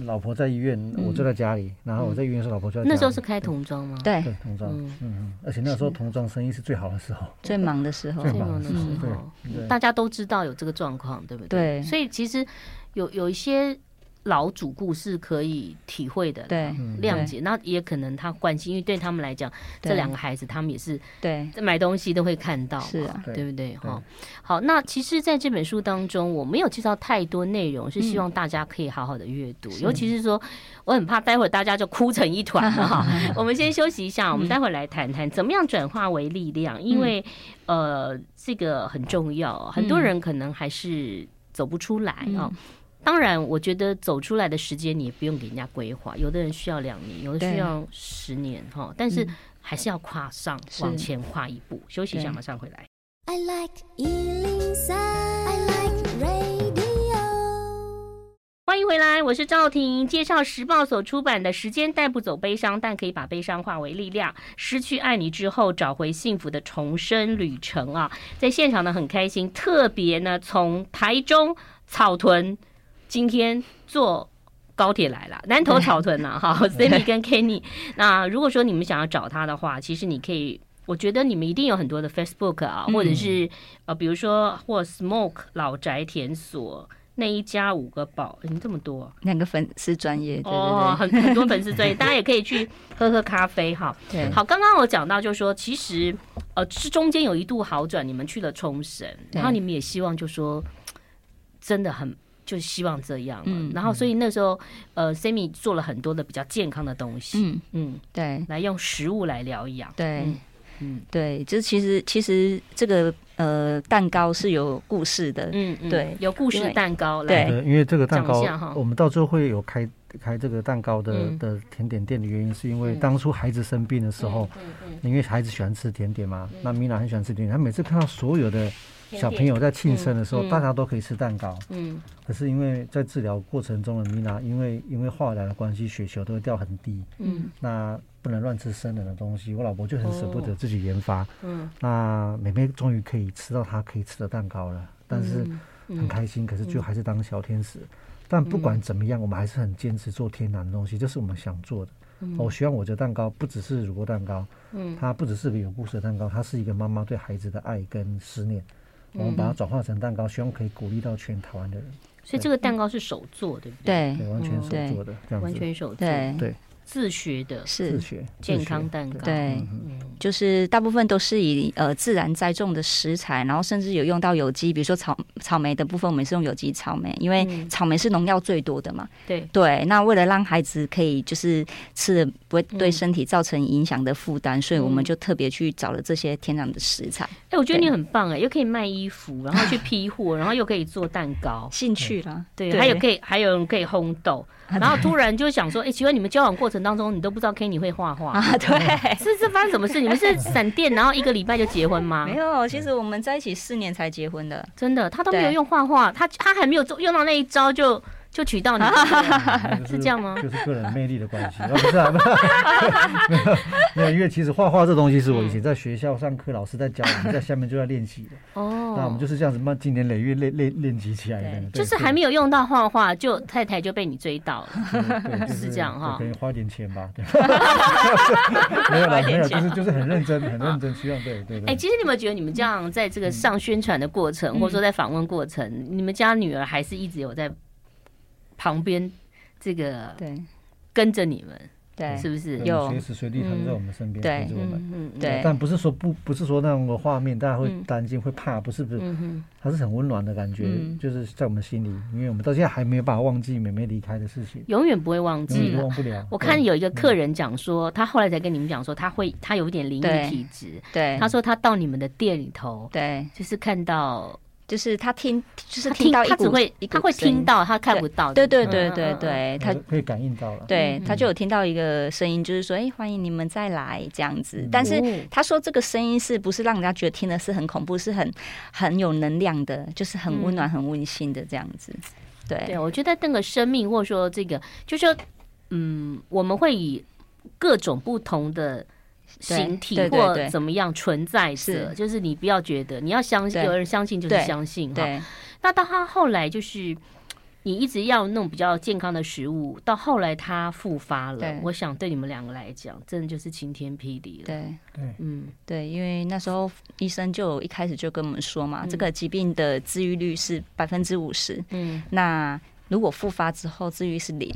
S2: 老婆在医院，我就在家里，然后我在医院的时候，老婆就在家里
S1: 嗯那时候是开童装吗？，
S3: 对，
S2: 对童装，
S1: 嗯
S2: 嗯嗯，而且那时候童装生意是最好的时候，
S3: 最忙的时候
S2: 最，
S1: 这
S2: 忙
S1: 种
S2: 的
S1: 的
S2: 时候
S1: 时
S2: 对
S1: 候。
S2: 对
S1: 嗯大家都知道有这个状况，对不对？
S3: 对
S1: 所以其实有有一些老主顾是可以体会的啦，
S3: 对
S2: 嗯
S1: 谅解。那也可能他关心，因为对他们来讲，
S3: 对
S1: 这两个孩子他们也是
S3: 对，
S1: 在买东西都会看到嘛，
S3: 是啊
S1: 对不对？哈，好。那其实，在这本书当中，我没有介绍太多内容，
S3: 嗯
S1: 是希望大家可以好好的阅读，尤其是说，我很怕待会儿大家就哭成一团了 哈。我们先休息一
S3: 嗯
S1: 下，我们待会儿来谈谈怎么样转化为力量，因为
S3: 嗯
S1: 呃，这个很重要，很多人可能还是走不出来啊。
S3: 嗯
S1: 当然，我觉得走出来的时间你也不用给人家规划，有的人需要两年，有的需
S3: 对嗯
S1: 要十年哈，但是还是要跨上
S3: 是
S1: 往前跨一步。休息一下，
S3: 对
S1: 马上回来。
S4: I like Ealing Sound. I like radio.
S1: 欢迎回来，我是赵婷。介绍时报所出版的《时间带不走悲伤，但可以把悲伤化为力量》，失去爱你之后，找回幸福的重生旅程啊！在现场呢，很开心，特别呢，从台中草屯今天坐。高铁来了，南投草屯 呐、哈 s a m y 跟 Kenny。那如果说你们想要找他的话，其实你可以，我觉得你们一定有很多的 Facebook 啊，
S3: 嗯
S1: 或者是呃，比如说或 Smoke 老宅田所那一家五个宝，你这么多啊、
S3: 两个粉丝专业，对
S1: 哦，
S3: 对
S1: 很很多粉丝专业，大家也可以去喝喝咖啡哈。
S3: 对，对，
S1: 好，刚刚我讲到就是说，其实呃是中间有一度好转，你们去了冲绳，
S3: 对
S1: 然后你们也希望就说真的很。就希望这样了，
S3: 嗯
S1: 然后所以那时候，呃，Sammy 做了很多的比较健康的东西，
S3: 嗯，
S1: 嗯，
S3: 对
S1: 来用食物来疗养，
S3: 对。
S1: 嗯嗯
S3: 对，就其实其实这个呃蛋糕是有故事的，
S1: 嗯，嗯
S3: 对
S1: 有故事
S3: 因为
S1: 蛋糕
S3: 对
S1: 来，
S2: 对，因为这个蛋
S1: 讲
S2: 糕
S1: 一下哈，
S2: 我们到最后会有开开这个蛋糕的
S1: 嗯
S2: 的甜点店的原因，是因为
S1: 嗯
S2: 当初孩子生病的时候，
S1: 嗯嗯
S2: 因为孩子喜欢吃甜点嘛，那米娜很喜欢吃甜点，她每次看到所有的小朋友在庆生的时
S1: 嗯
S2: 候，
S1: 嗯
S2: 大家都可以吃蛋糕，
S1: 嗯
S2: 可是因为在治疗过程中的米娜，因为因为化疗的关系，血球都会掉很低，
S1: 嗯
S2: 那不能乱吃生冷的东西，我老婆就很舍不得自己研发。
S1: 哦嗯，
S2: 那妹妹终于可以吃到她可以吃的蛋糕了，但是
S1: 嗯
S2: 很开心，可是就还是当小天使。但不管怎么样，我们还是很坚持做天然的东西，这是我们想做的。哦我希望我的蛋糕不只是乳酪蛋糕，
S1: 嗯
S2: 它不只是个有故事的蛋糕，它是一个妈妈对孩子的爱跟思念。
S1: 嗯
S2: 我们把它转化成蛋糕，希望可以鼓励到全台湾的人，
S1: 所以这个蛋糕是手做，对不对？
S3: 对嗯
S2: 对，完全手
S3: 对
S2: 做的这样
S1: 嗯完
S2: 子，
S1: 全手做，
S3: 对
S2: 对，
S1: 自学的
S2: 自
S3: 是，
S2: 学自
S1: 健
S2: 学
S1: 康蛋糕。
S3: 对
S1: 嗯，
S3: 就是大部分都是以呃自然栽种的食材，然后甚至有用到有机，比如说草草莓的部分，我们是用有机草莓，因为
S1: 嗯
S3: 草莓是农药最多的嘛。
S1: 对，
S3: 对，那为了让孩子可以就是吃的不会对
S1: 嗯
S3: 身体造成影响的负担，所以我
S1: 嗯
S3: 们就特别去找了这些天然的食材，
S1: 哎，我觉得
S3: 对
S1: 你很棒哎，又可以卖衣服，然后去批货，然后又可以做蛋糕，
S3: 兴趣啦。
S1: 对，还有可以还有人可以烘豆，
S3: 啊
S1: 然后突然就想 说，哎，奇怪，你们交往过程当中，你都不知道 Kenny 会画画，
S3: 啊，对，
S1: 是是发生什么事？你们是闪电，然后一个礼拜就结婚吗
S3: 没？有，其实我们在一起四年才结婚的。
S1: 真的，他都没有
S3: 对
S1: 用画画，他他还没有做用到那一招就就娶到你，
S3: 啊
S2: 嗯
S1: 是这样吗
S2: 就是个人魅力的关系，啊， 不是啊，没有 没有，因为其实画画这东西是我以
S1: 嗯
S2: 前在学校上课，老师在教我们，在下面就在练习的。
S1: 哦，
S2: 那我们就是这样子，慢经年累月练练练习起来的。对
S1: 就是还没有用到画画，就太太就被你追 到了。
S2: 对对就是
S1: 这样哈
S2: 对可能花一点钱吧。 对没有啦，没有，就是就是很认真，很认真，希望对对
S1: 哎、
S2: 对。
S1: 其实你们觉得你们这样在这个上宣传的过程，
S3: 嗯
S1: 或者说在访问过程，你们家女儿还是一直有在旁边这个
S3: 对
S1: 跟着你们，
S3: 对
S1: 是不是？
S2: 对
S3: 有
S2: 随时随地他们在我们身边
S3: 嗯
S2: 陪着我们。
S1: 嗯
S3: 对
S2: 但不是说不不是说那种画面大家会
S1: 嗯
S2: 担心会怕，不是不是，
S1: 嗯哼，
S2: 它是很温暖的感觉，
S3: 嗯
S2: 就是在我们心里，因为我们到现在还没有办法忘记妹妹离开的事情，
S1: 永远不会忘
S2: 永
S1: 记
S2: 远
S1: 了
S2: 都。忘不了。
S1: 我看
S2: 对
S1: 有一个客人讲说，他后来才跟你们讲说，他会他有一点灵异
S3: 对
S1: 体质。
S3: 对
S1: 他说他到你们的店里头，
S3: 对，
S1: 就是看到
S3: 就是他听，就是
S1: 他
S3: 听到一
S1: 他
S3: 股
S1: 只会
S3: 一股
S1: 他会
S3: 声音
S1: 听，到，他看不到。
S3: 对对
S1: 不
S3: 对对，对，他
S2: 嗯可以感应到了。
S3: 对
S1: 嗯
S3: 他
S1: 嗯
S3: 就有听到一个声音，就是说，哎、欢迎你们再来这样子
S2: 嗯。
S3: 但是
S1: 哦
S3: 他说这个声音是不是让人家觉得听的是很恐怖，是很很有能量的，就是很温暖、很温馨的这样子。
S1: 嗯对，啊
S3: 对
S1: 我觉得那个生命，或者说这个，就是说，嗯，我们会以各种不同的形体
S3: 对对
S1: 或
S3: 对
S1: 怎么样存在着，
S3: 是
S1: 就是你不要觉得你要相信，
S3: 对
S1: 有人相信就是
S3: 对
S1: 相信哈。
S3: 对
S1: 那到他后来就是。你一直要那种比较健康的食物，到后来他复发了
S3: 对，
S1: 我想对你们两个来讲，真的就是晴天霹雳了。
S3: 对
S2: 对，
S1: 嗯，
S3: 对，因为那时候医生就有一开始就跟我们说嘛，
S1: 嗯
S3: 这个疾病的治愈率是百分之五十，
S1: 嗯，
S3: 那如果复发之后治愈是零。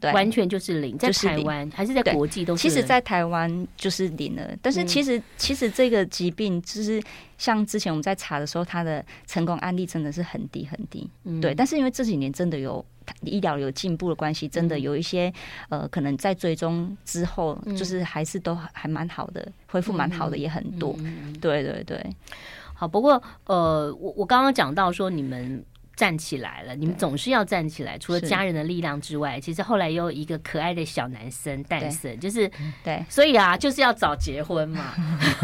S3: 对，
S1: 完全就是零，在
S3: 就是
S1: 台
S3: 零
S1: 湾还是在
S3: 对
S1: 国际都是
S3: 其
S1: 零。
S3: 实，在台湾就是零了，但是
S1: 嗯
S3: 其实、其实这个疾病就是像之前我们在查的时候，它的成功案例真的是很低很低。
S1: 嗯
S3: 对，但是因为这几年真的有医疗有进步的关系，真的有一些呃，可能在追踪之后，
S1: 嗯
S3: 就是还是都还蛮好的，恢复蛮好的也很多。
S1: 嗯嗯嗯
S3: 对对对
S1: 好，不过呃，我我刚刚讲到说你们。站起来了，你们总是要站起来。除了
S3: 是
S1: 家人的力量之外，其实后来又有一个可爱的小男生诞生，就是
S3: 对
S1: 所以啊，就是要早结婚嘛，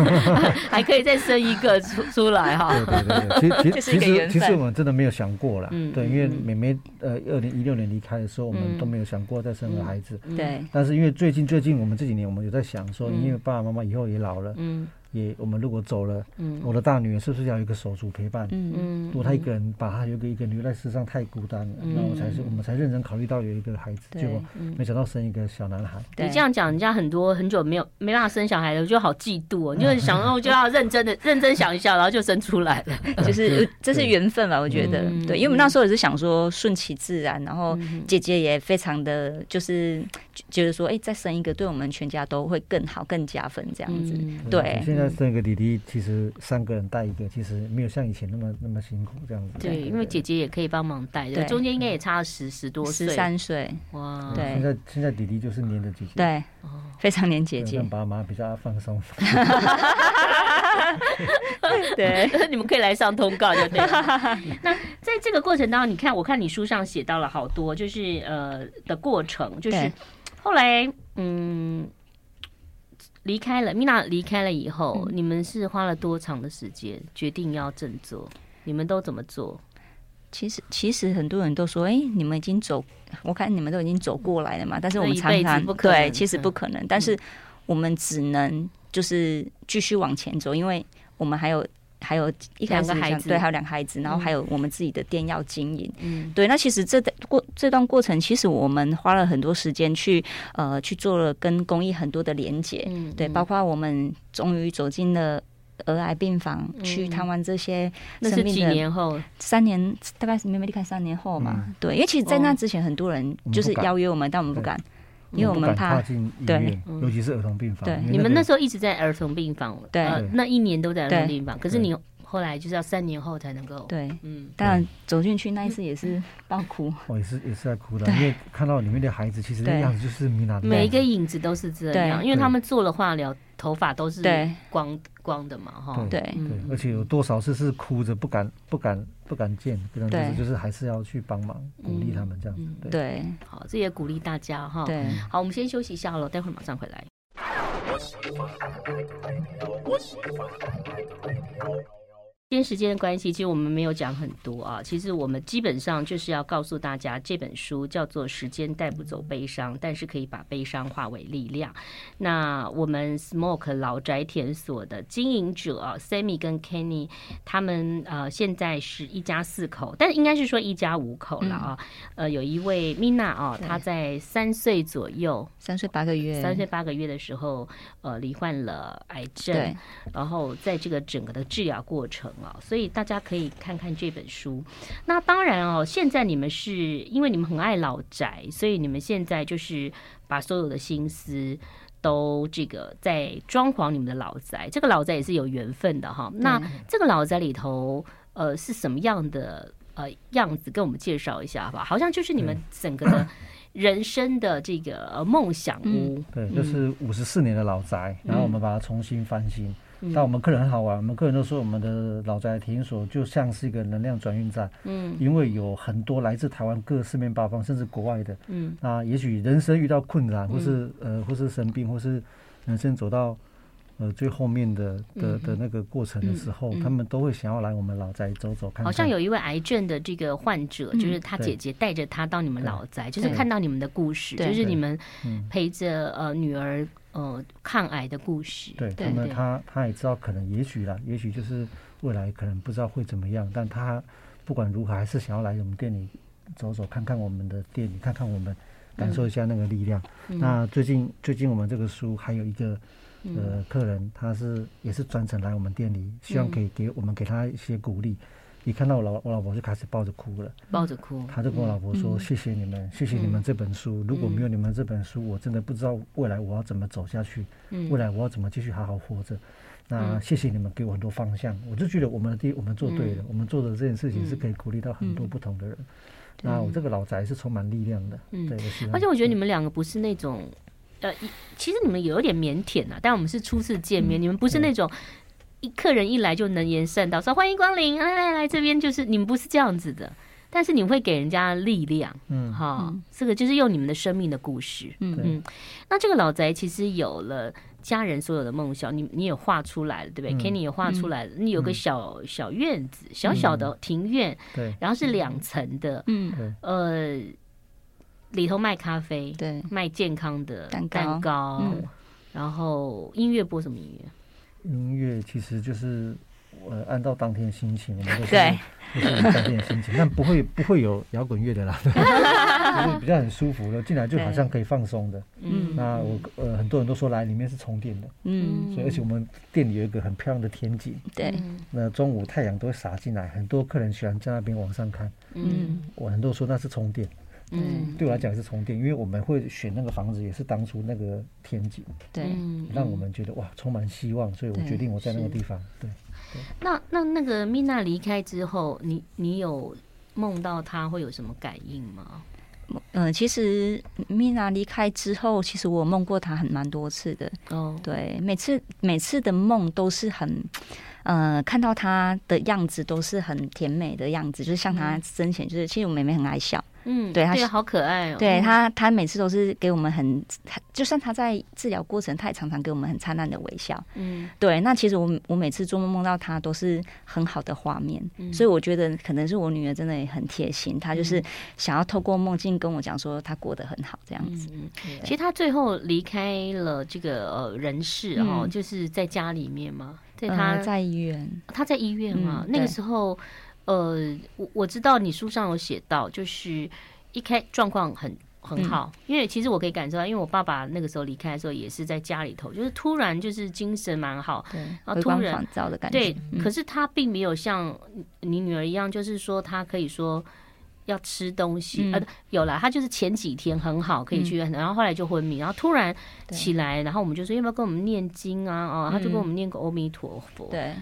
S1: 还可以再生一个出出来哈。
S2: 对对对对，
S3: 这
S2: 其
S3: 是一
S2: 实其
S3: 个缘
S2: 实
S3: 分
S2: 其实我们真的没有想过啦。
S1: 嗯
S2: 对，
S1: 嗯
S2: 因为
S1: 嗯
S2: 妹妹呃，二零一六年离开的时候，我们
S1: 嗯
S2: 都没有想过再生个孩子。
S1: 嗯
S3: 对，
S2: 但是因为最近最近我们这几年，我们有在想说，
S1: 嗯
S2: 因为爸爸妈妈以后也老了，
S1: 嗯
S2: 也我们如果走了，
S1: 嗯
S2: 我的大女儿是不是要有一个手足陪伴？
S3: 嗯
S1: 嗯
S2: 如果她一个人把她有一个一个人留在世上太孤单了，那我才是我们才认真考虑到有一个孩子，
S3: 对
S2: 结果
S1: 嗯
S2: 没想到生一个小男孩。
S3: 对
S1: 你这样讲，人家很多很久没有没办法生小孩的，我就好嫉妒哦。你就想，哦，就要认真的 认真想一下，然后就生出来了。
S3: 就是呃这是缘分吧，我觉得
S1: 嗯。
S3: 对，因为我们那时候也是想说顺其自然，然后
S1: 嗯
S3: 姐姐也非常的就是觉得说，哎，再生一个对我们全家都会更好、更加分这样子。
S1: 嗯
S3: 对
S2: 现在生一个弟弟，其实三个人带一个，其实没有像以前那么那么辛苦这样子。
S1: 对，因为姐姐也可以帮忙带的，
S3: 对
S1: 中间应该也差了十十多岁。
S3: 十三岁，
S1: 哇，
S3: 对
S2: 嗯现在现在弟弟就是黏着姐姐，
S3: 对，
S1: 哦
S3: 非常黏姐
S2: 对，
S3: 姐
S2: 让，爸妈比较放松。
S3: 对
S1: 你们可以来上通告就 对了。那在这个过程当中，你看，我看你书上写到了好多，就是呃的过程，就是
S3: 对
S1: 后来嗯离开了，米娜离开了以后，
S3: 嗯
S1: 你们是花了多长的时间决定要振作？你们都怎么做？
S3: 其实其实很多人都说，哎、你们已经走，我看你们都已经走过来了嘛。但是我们
S1: 这一
S3: 常
S1: 辈子
S3: 常
S1: 不可能嗯
S3: 对，其实不可能，但是我们只能就是继续往前走，因为我们还有还有一开始
S1: 两个孩
S3: 想
S1: 子
S3: 对，还有两个孩子，然后
S1: 嗯
S3: 还有我们自己的店要经营。
S1: 嗯
S3: 对，那其实这段过这段过程，其实我们花了很多时间去呃去做了跟公益很多的连接。
S1: 嗯
S3: 对，包括我们终于走进了儿癌病房，去
S1: 嗯
S3: 探望这些
S1: 那是
S3: 生病
S1: 几
S3: 的
S1: 年后？
S3: 三年，大概是妹妹离开三年后嘛，对，因为其实，在那之前，很多人就是邀约我们，但我们不敢， 因为我
S2: 不
S3: 们
S2: 敢
S3: 怕
S2: 踏进医
S3: 对
S2: 院，
S1: 嗯
S2: 尤其是儿童病房
S3: 对。
S2: 因为
S1: 你们那
S2: 个
S1: 时候一直在儿童病房，
S3: 对
S1: 呃那一年都在儿童病房，可是
S2: 对
S1: 你后来就是要三年后才能够，，
S3: 对，
S1: 嗯，
S3: 当然走进去那一次也是爆哭，
S2: 我也是也是在哭的，
S3: 对
S2: 因为看到里面的孩子，其实那
S3: 对
S2: 样子就是米娜的
S1: 每一
S2: 样子
S1: 个影子都是这样，
S3: 对
S1: 因为他们做了化疗，头发都是
S3: 对
S1: 光光的嘛，哈，
S3: 对
S1: 嗯
S2: 对，而且有多少次是哭着不敢、不敢、不敢见，可能就是
S3: 对
S2: 就是还是要去帮忙鼓励他们这样子
S1: 嗯。
S2: 对，
S3: 对
S1: 好，这也鼓励大家哈。
S3: 对，
S1: 好，我们先休息一下了，待会儿马上回来。今天时间的关系，其实我们没有讲很多啊。其实我们基本上就是要告诉大家，这本书叫做《时间带不走悲伤》，但是可以把悲伤化为力量。那我们 Smoke 老宅田所的经营者啊，Sammy 跟 Kenny，他们呃现在是一家四口，但应该是说一家五口了啊。呃，有一位 Mina 啊，
S3: 对
S1: 她在三岁左右，
S3: 三岁八个月，
S1: 三岁八个月的时候，呃，罹患了癌症
S3: 对，
S1: 然后在这个整个的治疗过程啊，所以大家可以看看这本书。那当然哦，现在你们是因为你们很爱老宅，所以你们现在就是把所有的心思。都这个在装潢你们的老宅，这个老宅也是有缘分的哈。那这个老宅里头，呃，是什么样的呃样子？跟我们介绍一下好不好？好像就是你们整个的人生的这个呃梦想屋，
S2: 对，就是五十四年的老宅，然后我们把它重新翻新。
S1: 嗯
S2: 但我们客人很好玩，我们客人都说我们的老宅体验所就像是一个能量转运站，
S1: 嗯
S2: 因为有很多来自台湾各四面八方，甚至国外的，
S1: 嗯
S2: 那也许人生遇到困难，或是呃，或是生病，或是人生走到呃最后面的的的那个过程的时候，
S1: 嗯嗯嗯
S2: 他们都会想要来我们老宅走走看看。
S1: 好像有一位癌症的这个患者，
S3: 嗯
S1: 就是他姐姐带着他到你们老宅，就是看到你们的故事，
S3: 对
S1: 就是你们
S2: 嗯，
S1: 陪着呃女儿呃抗癌的故事。
S2: 对
S3: 对
S2: 他们
S1: 对
S2: 他他也知道，可能也许啦，也许就是未来可能不知道会怎么样，但他不管如何还是想要来我们店里走走看看我们的店里，看看我们。感受一下那个力量。
S1: 嗯
S2: 那最近最近我们这个书还有一个呃客人，他是也是专程来我们店里，希望
S1: 嗯
S2: 可以给我们给他一些鼓励。一看到我老我老婆就开始抱着哭了，
S1: 抱着哭，
S2: 他就跟我老婆
S1: 嗯
S2: 说：“谢谢你们，谢谢你们这本书。如果没有你们这本书，我真的不知道未来我要怎么走下去，
S1: 嗯
S2: 未来我要怎么继续好好活着。”那谢谢你们给我很多方向，我就觉得我们的第我们做
S1: 嗯
S2: 对了，我们做的这件事情是可以鼓励到很多不同的人。那我这个老宅是充满力量的，
S1: 嗯
S2: 对，我希望
S1: 而且我觉得你们两个不是那种呃，一其实你们有点腼腆啊，但我们是初次见
S2: 嗯
S1: 面，你们不是那种。一客人一来就能言善道，说欢迎光临，来来来，这边就是你们不是这样子的，但是你会给人家力量，
S2: 嗯
S1: 哈，这个就是用你们的生命的故事，
S3: 嗯
S1: 嗯，那这个老宅其实有了家人所有的梦想，你你也画出来了，对不对、
S2: 嗯
S1: k e n n y 也画出来了，你有个小小院子，小小的
S2: 嗯
S1: 庭院，
S2: 对
S1: 然后是两层的，
S3: 嗯，
S2: 对
S1: 呃，里头卖咖啡，
S3: 对，
S1: 卖健康的
S3: 蛋糕
S1: 蛋糕
S3: 嗯
S1: 然后音乐播什么音乐？
S2: 音乐其实就是呃，按照当天的心情，我们都是
S3: 对
S2: 都是当天的心情，但不会不会有摇滚乐的啦， 就是比较很舒服的，进来就好像可以放松的。
S3: 嗯
S2: 那我呃，很多人都说来里面是充电的，
S3: 嗯，
S2: 所以而且我们店里有一个很漂亮的天井，
S3: 对，
S1: 嗯
S2: 那中午太阳都会洒进来，很多客人喜欢在那边往上看。
S1: 嗯
S2: 我很多人说那是充电，
S1: 嗯
S2: 对我来讲是充电，因为我们会选那个房子也是当初那个天井，
S3: 对，
S1: 嗯
S2: 让我们觉得哇充满希望，所以我
S3: 对
S2: 决定我在那个
S1: 是
S2: 地方。对，
S1: 那那那个米娜离开之后，你你有梦到她会有什么感应吗？
S3: 呃，其实米娜离开之后，其实我梦过她很蛮多次的，
S1: 哦，
S3: 对，每次每次的梦都是很，呃，看到她的样子都是很甜美的样子，就是像她生前，就是其实我妹妹很爱笑，
S1: 嗯，
S3: 对她
S1: 对，
S3: 是
S1: 好可爱哦，
S3: 对她，她每次都是给我们很，她就算她在治疗过程，她也常常给我们很灿烂的微笑。
S1: 嗯，
S3: 对，那其实我我每次做梦梦到她都是很好的画面，
S1: 嗯
S3: 所以我觉得可能是我女儿真的也很贴心，她就是想要透过梦境跟我讲说她过得很好这样子。
S1: 嗯
S3: 对
S1: 其实他最后离开了这个呃人世哦，
S3: 嗯
S1: 就是在家里面嘛，在
S3: 呃
S1: 他、
S3: 在医院，
S1: 他在医院嘛，
S3: 嗯
S1: 那个
S3: 对
S1: 时候，呃，我我知道你书上有写到，就是一开状况很。很好，
S3: 嗯
S1: 因为其实我可以感受到，因为我爸爸那个时候离开的时候也是在家里头，就是突然就是精神蛮好，
S3: 对，
S1: 后
S3: 回
S1: 哦突
S3: 光
S1: 然
S3: 返照的感觉。嗯
S1: 对，可是他并没有像你你女儿一样，就是说他可以说要吃东西，
S3: 嗯
S1: 呃，有啦，他就是前几天很好，可以去，然后后来就昏迷，然后突然起来，然后我们就说要不要跟我们念经啊？哦，他就跟我们念个阿弥陀佛。，
S3: 对，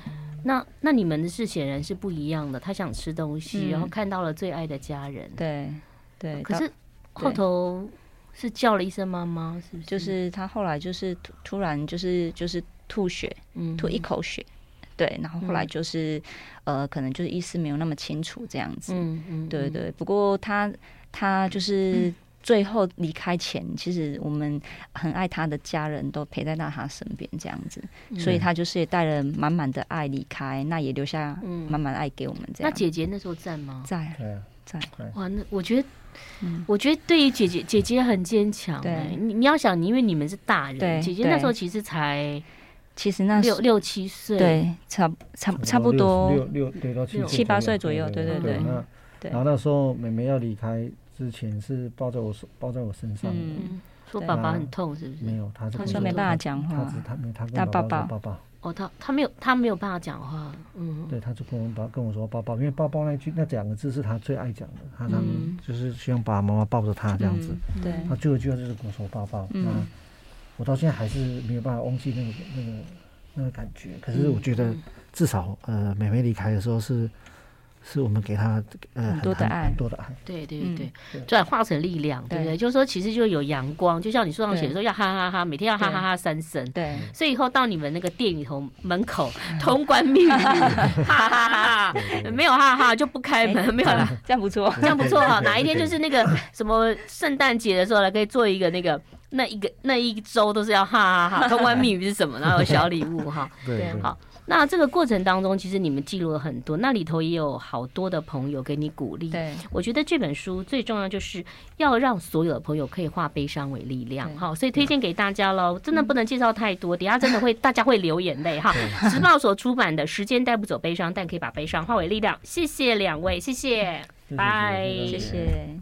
S1: 那那你们是显然是不一样的，他想吃东西，
S3: 嗯
S1: 然后看到了最爱的家人，
S3: 对，对。
S1: 可
S3: 到
S1: 是后头是叫了一声妈妈，是不是？
S3: 就是他后来就是突突然就是就是吐血，
S1: 嗯
S3: 吐一口血，对，然后后来就是、呃，可能就是意识没有那么清楚这样子，
S1: 嗯嗯，
S3: 对对。不过他他就是最后离开前，其实我们很爱他的家人都陪在到他身边这样子，
S1: 嗯
S3: 所以他就是也带了满满的爱离开，那也留下
S1: 嗯
S3: 满满的爱给我们这
S1: 那
S3: 样。
S1: 姐姐那时候在吗？
S3: 在
S2: 对啊，
S3: 在，
S1: 哇，那我觉得
S3: 嗯，
S1: 我觉得对于姐姐，姐姐很坚强、
S3: 对
S1: 哎你你要想，你因为你们是大人，
S3: 对
S1: 姐姐那
S3: 对
S1: 时候其实才
S3: 其实那时
S1: 六六七岁，，
S3: 对差不差不差不多，
S2: 六六六到七
S1: 六
S2: 岁
S3: 七八
S2: 左右
S3: 岁左右
S2: 对
S1: 对对对
S2: 那
S3: 对
S2: 然后那时候妹妹要离开之前是抱在我手抱在我身上的，
S3: 嗯
S1: 嗯，说
S3: 对
S1: 爸爸很痛，是不
S2: 没
S1: 是？
S2: 有，她
S1: 她
S2: 是跟
S1: 说
S2: 我
S1: 没
S3: 办法讲话
S2: 她只她没她跟
S3: 她
S2: 爸
S3: 抱
S2: 说抱抱，
S1: 哦，他他没有，他没有办法讲话，嗯，
S2: 对，她就跟我爸跟我说抱抱，因为抱抱那句那两个字是她最爱讲的，她常
S1: 嗯
S2: 就是希望爸爸妈妈抱着她这样子，
S3: 嗯对
S2: 她最后一句话就是跟我说抱抱，
S3: 嗯
S2: 那我到现在还是没有办法忘记那个那个那个感觉，可是我觉得
S1: 嗯
S2: 至少呃妹妹离开的时候是。是我们给她呃
S3: 很多的爱
S2: 很多的爱，
S1: 对对
S3: 嗯
S1: 对，
S2: 对
S1: 转化成力量，对不对？就是说，其实就有阳光，就像你书上写的说要哈哈哈，每天要哈哈哈三声。
S3: 对
S1: 所以以后到你们那个店里头门口， 通关密语，哈哈哈，没有哈哈就不开
S3: 哎
S1: 门，没有啦，
S3: 这样不错，
S1: 这样不错哈、哪一天就是那个什么圣诞节的时候来可以做一个那个那一个那一周都是要哈哈哈，通关密语是什么？然后有小礼物哈。
S2: 对
S3: 对啊
S1: 好那这个过程当中，其实你们记录了很多，那里头也有好多的朋友给你鼓励。
S3: 对
S1: 我觉得这本书最重要就是要让所有的朋友可以化悲伤为力量，
S3: 对
S1: 好，所以推荐给大家喽。真的不能介绍太多，等一下真的会大家会流眼泪哈。时报所出版的《时间带不走嗯悲伤，但可以把悲伤化为力量》，谢谢两位，谢谢。拜
S2: 谢谢
S3: 谢谢。